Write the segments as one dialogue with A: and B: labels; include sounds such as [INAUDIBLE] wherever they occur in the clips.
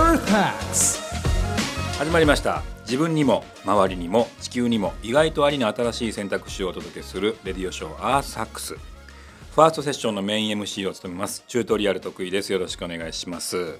A: Packs.
B: 始まりました自分にも周りにも地球にも意外とありの新しい選択肢をお届けするレディオショーアーサックスファーストセッションのメイン MC を務めますチュートリアル得意ですよろしくお願いします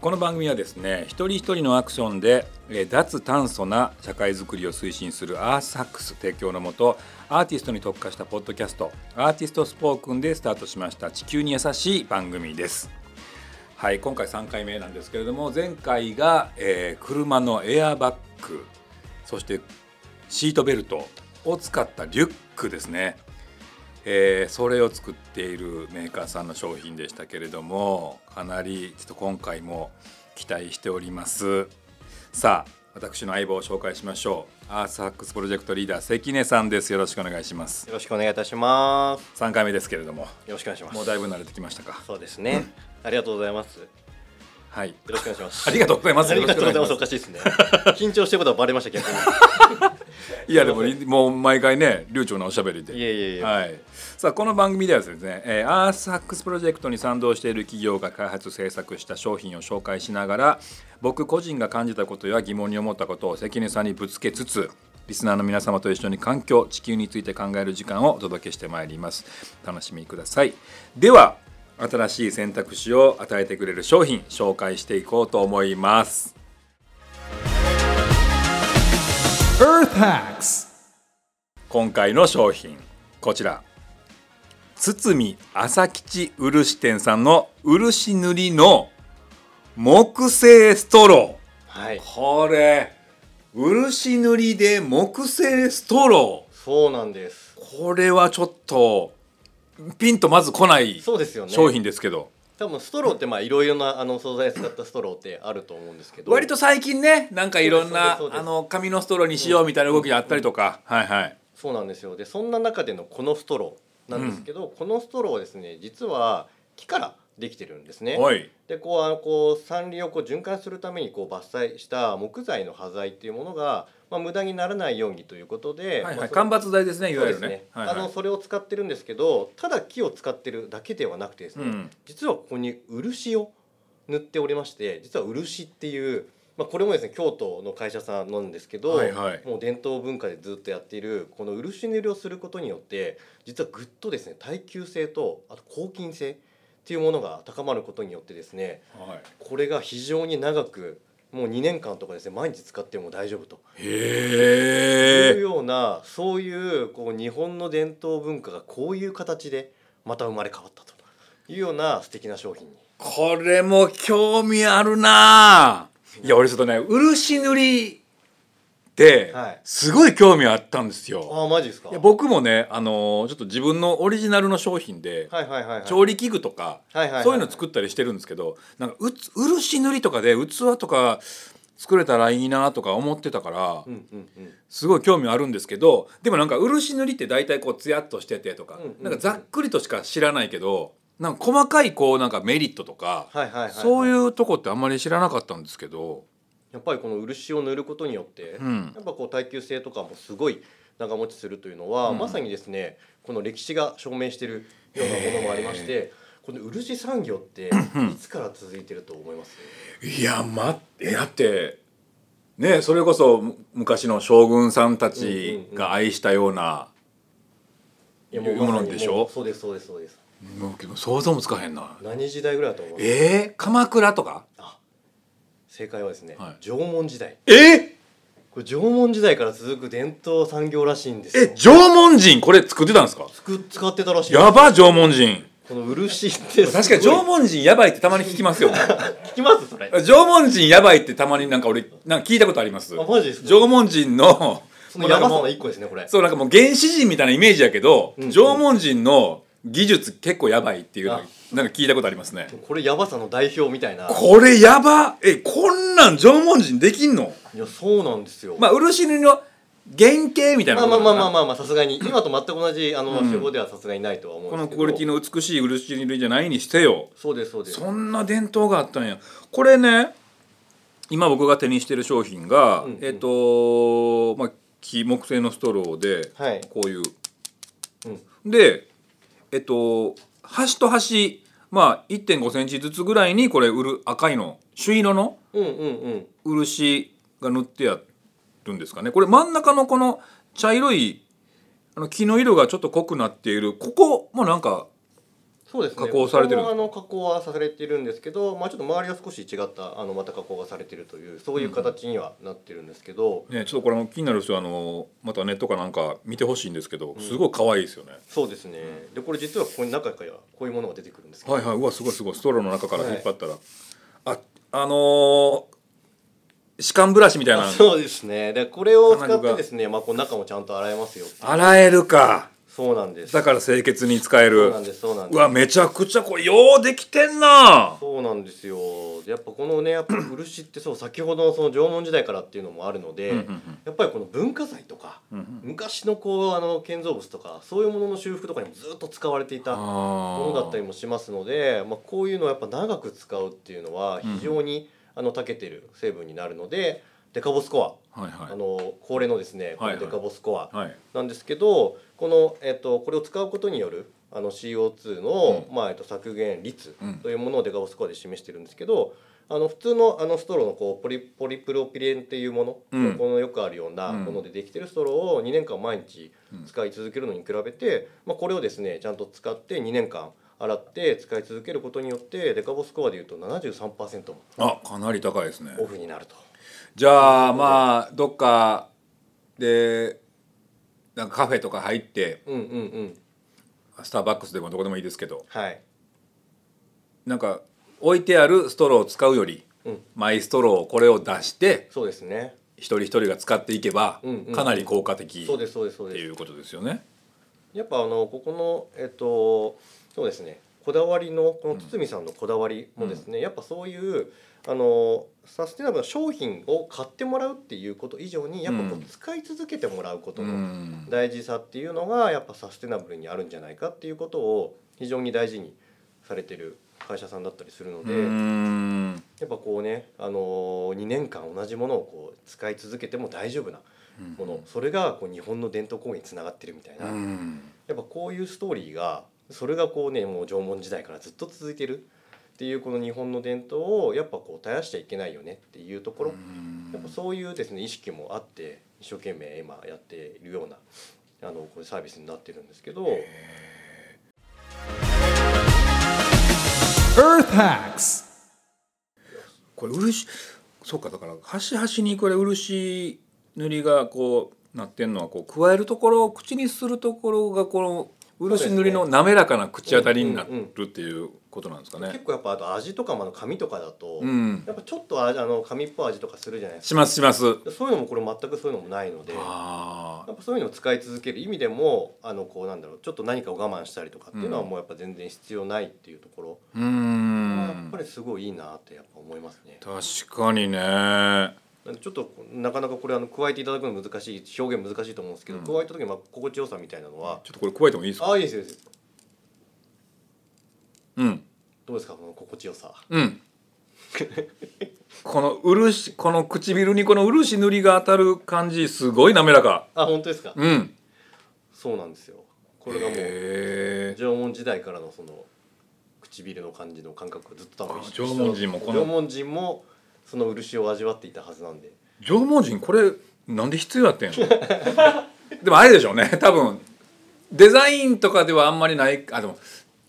B: この番組はですね一人一人のアクションでえー脱炭素な社会づくりを推進するアーサックス提供のもとアーティストに特化したポッドキャストアーティストスポークンでスタートしました地球に優しい番組ですはい、今回3回目なんですけれども前回が、えー車のエアバッグそしてシートベルトを使ったリュックですね、えーそれを作っているメーカーさんの商品でしたけれどもかなりちょっと今回も期待しておりますさあ私の相棒を紹介しましょうアースハックスプロジェクトリーダー関根さんですよろしくお願いします
C: よろしくお願いいたします。
B: 3回目ですけれども
C: よろしくお願いします。
B: もうだいぶ慣れてきましたか
C: そうですね。ありがとうございます。よ
B: はい
C: ろしくお願いします。
B: ありがとうございます
C: ありがとうございます。
B: よ
C: お
B: ろ
C: かしいですね。緊張してることはバレました逆に。
B: いやでも
C: すいませ
B: もう毎回ね流暢なおしゃべりで
C: いえいえいえ
B: はい、さあこの番組ではですね、えーアースハックスプロジェクトに賛同している企業が開発制作した商品を紹介しながら僕個人が感じたことや疑問に思ったことを関根さんにぶつけつつリスナーの皆様と一緒に環境地球について考える時間をお届けしてまいります楽しみくださいでは新しい選択肢を与えてくれる商品紹介していこうと思います
A: Earth Hacks.
B: 今回の商品こちら堤朝吉漆店さんの漆塗りの木製ストロ
C: はい
B: ー。これ漆塗りで木製ストロ
C: そうなんです。
B: ーこれはちょっとピンとまず来ない
C: そうですよね。
B: 商。品ですけど、
C: 多分ストローってまあいろいろなあの素材使ったストローってあると思うんですけど。
B: 割と最近ねなんかいろんな
C: そうですそうですそうです
B: あの紙のストローにしようみたいな動きがあったりとか、はいはい
C: そうなんですよ。でそんな中でのこのストローなんですけど、このストローはですね実は木からできてるんですね。
B: おい
C: でこうあのこう山林をこう循環するためにこう伐採した木材の端材っていうものが、まあ、無駄にならないようにということで、
B: はい
C: ま
B: は
C: あ
B: い
C: それ
B: 間伐材ですねい
C: そう
B: わゆ
C: で
B: る
C: す
B: ね
C: ね
B: はいはい
C: あのそれを使ってるんですけどただ木を使ってるだけではなくてですね、
B: うん
C: 実はここに漆を塗っておりまして実は漆っていう、まあ、これもですね京都の会社さんなんですけど、
B: はいはい
C: もう伝統文化でずっとやっているこの漆塗りをすることによって実はぐっとですね耐久性とあと抗菌性っていうものが高まることによってですね
B: はい
C: これが非常に長くもう2年間とかですね毎日使っても大丈夫と
B: へ
C: い
B: え
C: うようなそういうこう日本の伝統文化がこういう形でまた生まれ変わったというような素敵な商品に
B: これも興味あるなぁいや俺ちょっとね漆塗りって
C: はい
B: すごい興味あったんですよ、
C: ああマジですか
B: い、や僕もねあのーちょっと自分のオリジナルの商品で、
C: はいはいはいはい
B: 調理器具とか、
C: はいはいはい
B: そういうの作ったりしてるんですけどなんかうつ漆塗りとかで器とか作れたらいいなとか思ってたから、
C: うんうんうん
B: すごい興味あるんですけどでもなんか漆塗りって大体こうツヤっとしててとか、
C: うんうんうん
B: なんかざっくりとしか知らないけどなんか細かいこうなんかメリットとか、
C: はいはいはい、はい、
B: そういううとこってあんまり知らなかったんですけど、
C: やっぱりこの漆を塗ることによって、
B: うん
C: やっぱこう耐久性とかもすごい長持ちするというのは、
B: うん
C: まさにですねこの歴史が証明しているようなものもありましてこの漆産業っていつから続いてると思います
B: いや待ってだってねそれこそむ昔の将軍さんたちが愛したような、
C: いや
B: いうものでしょ
C: もうそうですそうですそうです
B: もう想像もつかへんな。
C: 何時代ぐらいだと思います
B: えー、鎌倉とか
C: あ正解はですね、
B: はい
C: 縄文時代
B: え
C: これ縄文時代から続く伝統産業らしいんですよ
B: え縄文人これ作ってたんですか
C: つく使ってたらしい
B: やば縄文人
C: この漆ってすごい
B: 確かに縄文人やばいってたまに聞きますよね
C: 聞きますそれあ
B: 縄文人やばいってたまになんか俺なんか聞いたことあります
C: マジですか
B: 縄文人の
C: そのやばさの一個ですねこれ
B: そうなんかもう原始人みたいなイメージやけど、
C: うん
B: 縄文人の技術結構やばいっていうの
C: あ
B: なんか聞いたことありますね
C: これやばさの代表みたいな
B: これやばえこんなん縄文人できんの
C: いやそうなんですよ、
B: まあ漆塗りの原型みたいな
C: まあ
B: こと
C: ま
B: か
C: あま
B: な
C: あまあまあまあさすがに今と全く同じあの
B: うん
C: 手法ではさすがにないとは思う
B: こ
C: んで
B: の
C: すけ
B: ク
C: ど、
B: オリティの美しい漆塗りじゃないにしてよ
C: そうですそうです
B: そんな伝統があったんやこれね今僕が手にしてる商品が、
C: うんうん
B: えっ、とまあ木木製のストローで、
C: はい
B: こういう
C: うん
B: でえっと端と端まあ1.5センチずつぐらいにこれうる赤いの朱色の
C: うんうんうん
B: 漆が塗ってあるんですかねこれ真ん中のこの茶色いあの木の色がちょっと濃くなっているここもなんか
C: そうですね、
B: 加工されてる
C: ここはあの加工はされてるんですけど、まあ、ちょっと周りは少し違ったあのまた加工がされてるというそういう形にはなってるんですけど、
B: ねちょっとこれも気になる人はあのまたネットかなんか見てほしいんですけどすごい可愛いですよね、
C: そうですねでこれ実はここに中からこういうものが出てくるんですけど、
B: はいはいうわすごいすごいストローの中から引っ張ったら、ああのー、歯間ブラシみたいな
C: あそうですねでこれを使
B: 金
C: っ
B: 具が
C: てですね、まあ、こう中もちゃんと洗えますよ
B: 洗えるか
C: そうなんです
B: だから清潔に使え
C: そう
B: る
C: なんですそうなんで
B: う
C: す
B: わめちゃくちゃこれようできてんな
C: そうなんですよでやっぱこのねやっぱ漆ってそう先ほどのその縄文時代からっていうのもあるので、
B: うんうんうん
C: やっぱりこの文化財とか、
B: うんうん
C: 昔のこうあの建造物とかそういうものの修復とかにもずっと使われていたものだったりもしますのでまあ、こういうのをやっぱ長く使うっていうのは非常に、あの長けてる成分になるのでデカボスコ
B: あーはい
C: ア、
B: はい
C: あの恒例のですねこ
B: はいは
C: の
B: い
C: デカボスコア、
B: はい、
C: なんですけどこの、えっとこれを使うことによるあの CO2 の、まあえっと削減率
B: うん
C: というものをデカボスコアで示してるんですけど、あの普通のあのストローのこうポリポリプロピレンっていうもの、
B: うん
C: このよくあるような
B: うん
C: ものでできてるストローを2年間毎日使い続けるのに比べて、まあ、これをですねちゃんと使って2年間洗って使い続けることによってデカボスコアでいうと73%も
B: あかなり高いですね
C: オフになると。
B: じゃあまあどっかでなんかカフェとか入って
C: うんうんうん
B: スターバックスでもどこでもいいですけど
C: はい
B: なんか置いてあるストローを使うより、
C: うん
B: マイストローをこれを出して
C: そうですね
B: 一人一人が使っていけば、
C: うんうん
B: かなり効果的
C: そう
B: っ
C: ですそうですそうで
B: て
C: す
B: いうことですよね。
C: やっぱあのここのえっとそうですねこだわりのこの堤さんのこだわりもですね、やっぱそういうあのサステナブルな商品を買ってもらうっていうこと以上にやっぱこ
B: う
C: うん使い続けてもらうこと
B: う
C: の
B: ん
C: 大事さっていうのがやっぱサステナブルにあるんじゃないかっていうことを非常に大事にされてる会社さんだったりするの
B: う
C: で、
B: ん
C: やっぱこうね、あの2年間同じものをこう使い続けても大丈夫なもの、それがこう日本の伝統工芸につながってるみたいな。
B: うん
C: やっぱこういうストーリーがそれがこうねもう縄文時代からずっと続いてるっていうこの日本の伝統をやっぱこう絶やしちゃいけないよねっていうところ、やっぱそういうですね意識もあって一生懸命今やっているようなあのこういうサービスになってるんですけど。
A: Earth Hacks.
B: これ漆そうかだから端々にこれ漆塗りがこうなってんのはこう加えるところ口にするところがこの漆塗りの滑らかな口当たりになるっていうことなんですか
C: 結
B: ね。
C: 構やっぱあと味とかもあの紙とかだと、
B: うん、
C: やっぱちょっとああの紙っぽい味とかするじゃないです
B: しますします。
C: かそういうのもこれ全くそういうのもないので
B: あ
C: やっぱそういうのを使い続ける意味でもあのこうなんだろうちょっと何かを我慢したりとかっていうのは
B: うん
C: もうやっぱ全然必要ないっていうところ
B: あ、う
C: はやっ
B: ん
C: ぱ。りすごいいいなってやっぱ思いますね。
B: 確かにね。
C: なんでちょっとなかなかこれあの加えていただくの難しい表現難しいと思うんですけど、加えた時のまあ心地よさみたいなのは
B: ちょっとこれ加えてもいいですか。
C: ああいいですよいいですよ
B: うん。
C: どうですかこの心地よさ。
B: うん。この漆この唇にこの漆塗りが当たる感じすごい滑らか。
C: あ本当ですか、
B: うん。
C: そうなんですよ。これがもう
B: へえ。
C: 縄文時代からのその唇の感じの感覚がずっと多分一緒
B: あ縄文人もこの
C: 縄文人もその漆を味わっていたはずなんで。
B: 縄文人これなんで必要やってんの [LAUGHS] でもあれでしょうね多分デザインとかではあんまりないあでも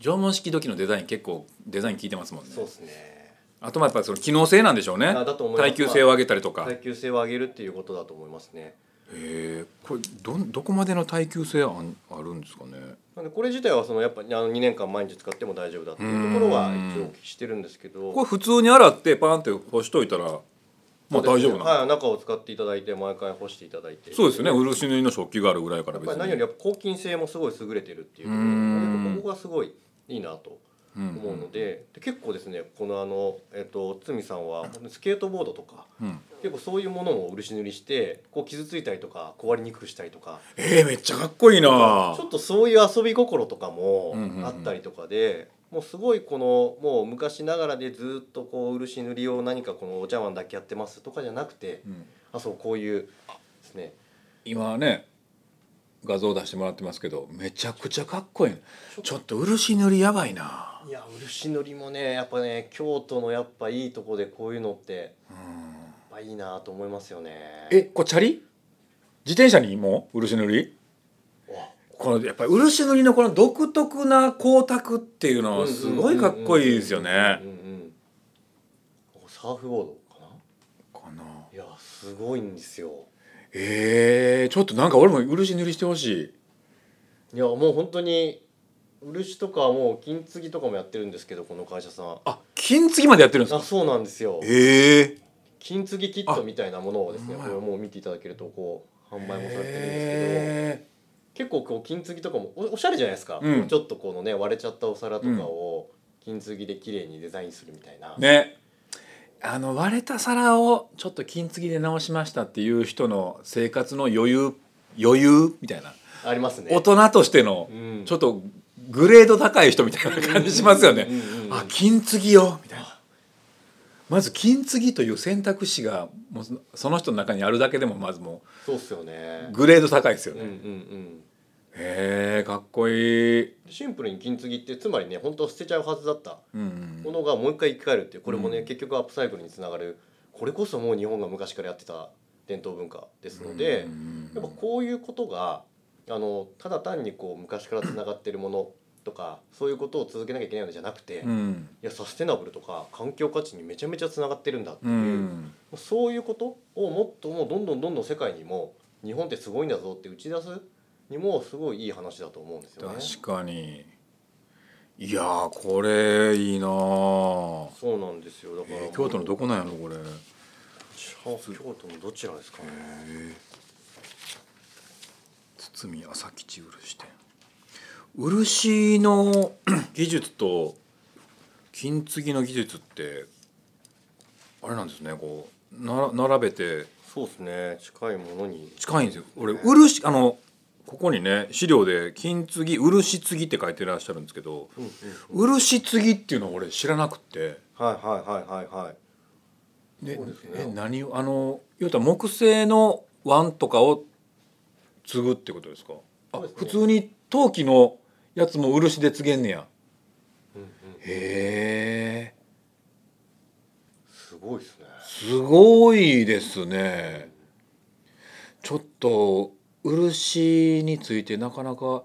B: 縄文式時のデザイン結構デザイン効いてますもんね
C: そうですね。
B: あとまあやっぱりその機能性なんでしょうね
C: あだと思います
B: 耐久性を上げたりとか、
C: 耐久性を上げるっていうことだと思いますね。
B: へえこれどんどこまでの耐久性あんあるんですかね
C: なんでこれ自体はそのやっぱあの2年間毎日使っても大丈夫だっていうところは一応お聞きしてるんですけど
B: これ普通に洗ってパンって干しといたらまあ大丈夫なの
C: はい、中を使っていただいて毎回干していただいて
B: そうですよね漆塗りの食器があるぐらいから
C: やっ
B: 別
C: ぱり何よ
B: に
C: りやっぱ抗菌性もすごい優れてるっていう
B: う
C: ところなの
B: ん
C: でここがすごいいいなと
B: うん
C: 思うので,、で結構ですねこのあの、えっと堤さんは本当にスケートボードとか、
B: うん
C: 結構そういうものを漆塗りしてこう傷ついたりとか壊れにくくしたりとか
B: えー、めっちゃかっこいいな
C: ちょっとそういう遊び心とかも
B: うんうんうん
C: あったりとかで、もうすごいこのもう昔ながらでずっとこう漆塗りを何かこのお茶碗だけやってますとかじゃなくて、
B: うん
C: あそうこういうですね
B: 今ね画像出してもらってますけどめちゃくちゃかっこいいちょっと漆塗りやばいな
C: いや漆塗りもねやっぱね京都のやっぱいいとこでこういうのって
B: うん
C: やっぱいいなと思いますよね
B: えこれチャリ自転車にも漆塗り
C: わ
B: このやっぱり漆塗りのこの独特な光沢っていうのはすごいかっこいいですよね
C: うん。うんおサーフボードか
B: か
C: な
B: ない
C: やすごいんですよ
B: えー、ちょっとなんか俺も漆塗りしてほしい。
C: いやもう本当に漆とかもう金継ぎとかもやってるんですけどこの会社さんあ
B: あ金継ぎまでやってるんですか。
C: そうなんですよ
B: ええ
C: 金継ぎキットみたいなものをですね
B: あ
C: これもう見ていただけるとこう販売もされてるんですけど
B: え
C: 結構こう金継ぎとかもおおしゃれじゃないですか、
B: うん
C: ちょっとこのね割れちゃったお皿とかを金継ぎで綺麗にデザインするみたいな、
B: ー、ね。あの割れた皿をちょっと金継ぎで直しましたっていう人の生活の余裕余裕みたいな、
C: ありますね
B: 大人としての
C: うん
B: ちょっとグレード高い人みたいな感じしますよね。
C: うんうんうんうん
B: あ金継ぎよみたいな。まず金継ぎという選択肢がもうそのその人の中にあるだけでもまずも
C: そうっすよ
B: う
C: ね
B: グレード高いですよ
C: うん
B: ね。
C: うんうん
B: へえかっこいい。
C: シンプルに金継ぎってつまりね本当は捨てちゃうはずだった
B: うんうん
C: ものがもう一回生き返るっていうこれもね、
B: うん
C: 結局アップサイクルにつながるこれこそもう日本が昔からやってた伝統文化ですので、
B: うん
C: やっぱこういうことがあのただ単にこう昔からつながってるものとかそういうことを続けなきゃいけないのじゃなくて、
B: う
C: い
B: ん
C: やサステナブルとか環境価値にめちゃめちゃつながってるんだって
B: う
C: いう、
B: ん
C: そういうことをもっともうどんどんどんどん世界にも日本ってすごいんだぞって打ち出すにもすごいいい話だと思うんですよね。
B: 確かにいやーこれいいなー
C: そうなんですよだから、
B: えー京都のどこなんやろこれ
C: 京都のどちらですかね。
B: 堤朝吉漆店漆の [CLEARS THROAT] 技術と金継ぎの技術ってあれなんですねこうな並べて
C: そうですね近いものに
B: 近いんですよ俺漆あのここにね資料で金継ぎ漆継ぎって書いてらっしゃるんですけど
C: うんうん
B: 漆継ぎっていうのを俺知らなくて
C: はいはいはいはいはい
B: で
C: そうですね
B: え何をあの要は木製の碗とかを継ぐってことですかあ
C: そうですね
B: 普通に陶器のやつも漆で継げんねや
C: うんうん
B: へえ
C: すごいですね
B: すごいですねちょっと漆についてなかなか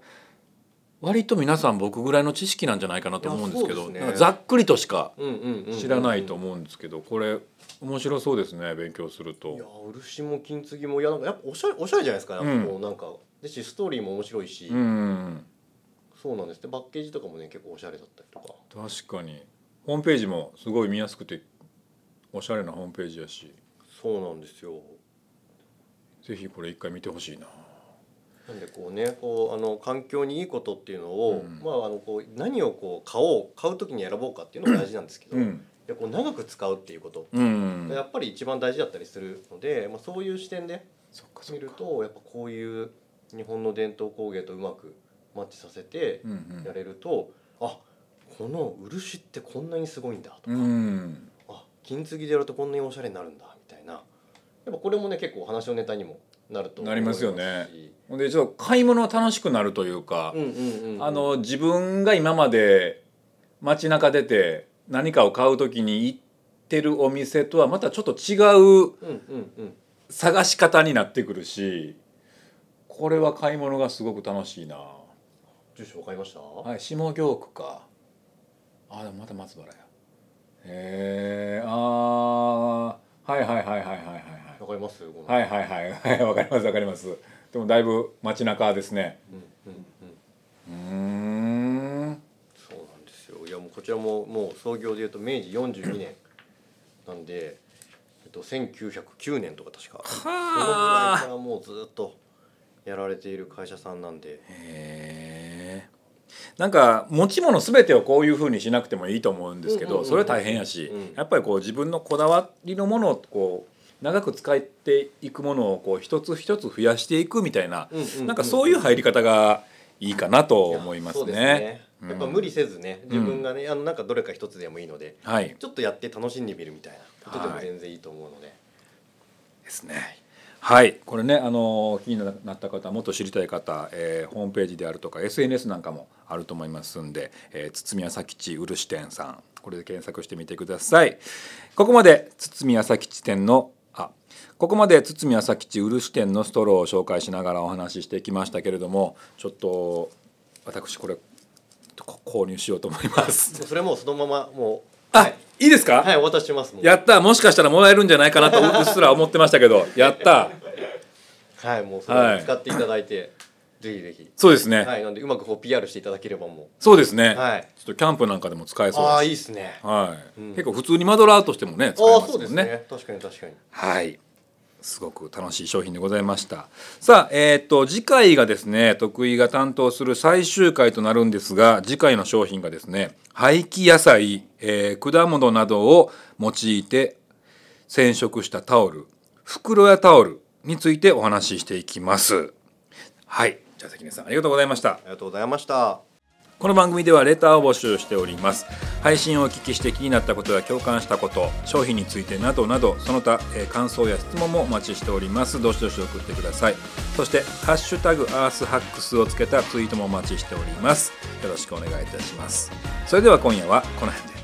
B: 割と皆さん僕ぐらいの知識なんじゃないかなと思うんですけ
C: いや
B: ど
C: そうですね
B: なんかざっくりとしか
C: うんうんうんうん
B: 知らないと思うんですけどこれ面白そうですね勉強すると。
C: いや漆も金継ぎもいやなんかやっぱおしゃれおしゃれじゃないですかなんかこうなんか、ですしストーリーも面白いし、
B: うん
C: そうなんですでパッケージとかもね結構おしゃれだったりとか
B: 確かにホームページもすごい見やすくておしゃれなホームページやし
C: そうなんですよ
B: ぜひこれ一回見てほしいな
C: なんでこうねこうあの環境にいいことっていうのを、
B: うん
C: まああのこう何をこう買おう買う時に選ぼうかっていうのも大事なんですけど、いやこう長く使うっていうこと
B: うん
C: やっぱり一番大事だったりするので、まあ、そういう視点で
B: そっかそ
C: 見
B: っ
C: る
B: か
C: とやっぱこういう日本の伝統工芸とうまくマッチさせて
B: うん
C: やれると、あこの漆ってこんなにすごいんだと
B: う
C: か、
B: んうん
C: あ金継ぎでやるとこんなにおしゃれになるんだみたいなやっぱこれもね結構お話のネタにもなると思いし
B: なりますほんでちょっと買い物は楽しくなるというか
C: うんうんうん、
B: あの自分が今まで街中出て何かを買う時に行ってるお店とはまたちょっと違う
C: うんうんうん
B: 探し方になってくるしこれは買い物がすごく楽しいな
C: 住所わかりました、
B: はい、下京区か。あ、でもまた松原や。へえ、あー、はいはいはいはいはいはい
C: わかりますこの、
B: はい。はいはい [LAUGHS] はいはい、わかりますわかります。でもだいぶ街中ですね。
C: うんうんうん
B: うーん。
C: そうなんですよいやもうこちらももう創業でいうと明治42年なんで、えっと、1909年とか確かそのぐらいからもうずっとやられている会社さんなんで
B: へえ。なんか持ち物すべてをこういうふうにしなくてもいいと思うんですけ
C: うんうんうん
B: ど、
C: うん
B: それは大変やし
C: うん、
B: やっぱりこう自分のこだわりのものをこう。長く使っていくものをこう一つ一つ増やしていくみたいななんかそういう入り方がいいかなと思いま
C: そ
B: す
C: うで
B: ね。
C: やっぱ無理せずね
B: ん
C: 自分がね、あのなんかどれか一つでもいいので
B: はい。
C: ちょっとやって楽しんでみるみたいなことでも
B: はい
C: 全然いいと思うので、
B: ですね。はいこれねあの気になった方もっと知りたい方、えーホームページであるとか SNS なんかもあると思いますんで、えー、堤朝吉漆店さんこれで検索してみてくださいここまで堤朝吉店のあここまで堤朝吉漆店のストローを紹介しながらお話ししてきましたけれどもちょっと私これこ購入しようと思います
C: もうそれもうそのままもう
B: あ、
C: はい
B: い、いですか、
C: はいお渡ししますもう
B: やったもしかしたらもらえるんじゃないかなとうっすら思ってましたけどやった
C: はいもうそれを使っていただいて、ぜひぜひ
B: そうですね、
C: はいなんでうまくこう PR していただければも
B: そうですね、
C: うはい
B: ちょっとキャンプなんかでも使えそう
C: ああ
B: で
C: いいですね
B: すはい、
C: うん
B: 結構普通にマドラーとしてもね使
C: あ
B: え
C: あ
B: ま
C: そ
B: すも
C: うで
B: ん
C: す
B: ね
C: ね確かに確かに
B: はいすごく楽しい商品でございましたさあえーっと次回がですね徳井が担当する最終回となるんですが次回の商品がですね廃棄野菜、えー果物などを用いて染色したタオル袋やタオルについてお話ししていきますはいじゃあ関根さんありがとうございました
C: ありがとうございました
B: この番組ではレターを募集しております配信をお聞きして気になったことや共感したこと商品についてなどなどその他、えー感想や質問もお待ちしておりますどしどし送ってくださいそして「ハッシュタグアースハックス」をつけたツイートもお待ちしておりますよろしくお願いいたしますそれでは今夜はこの辺で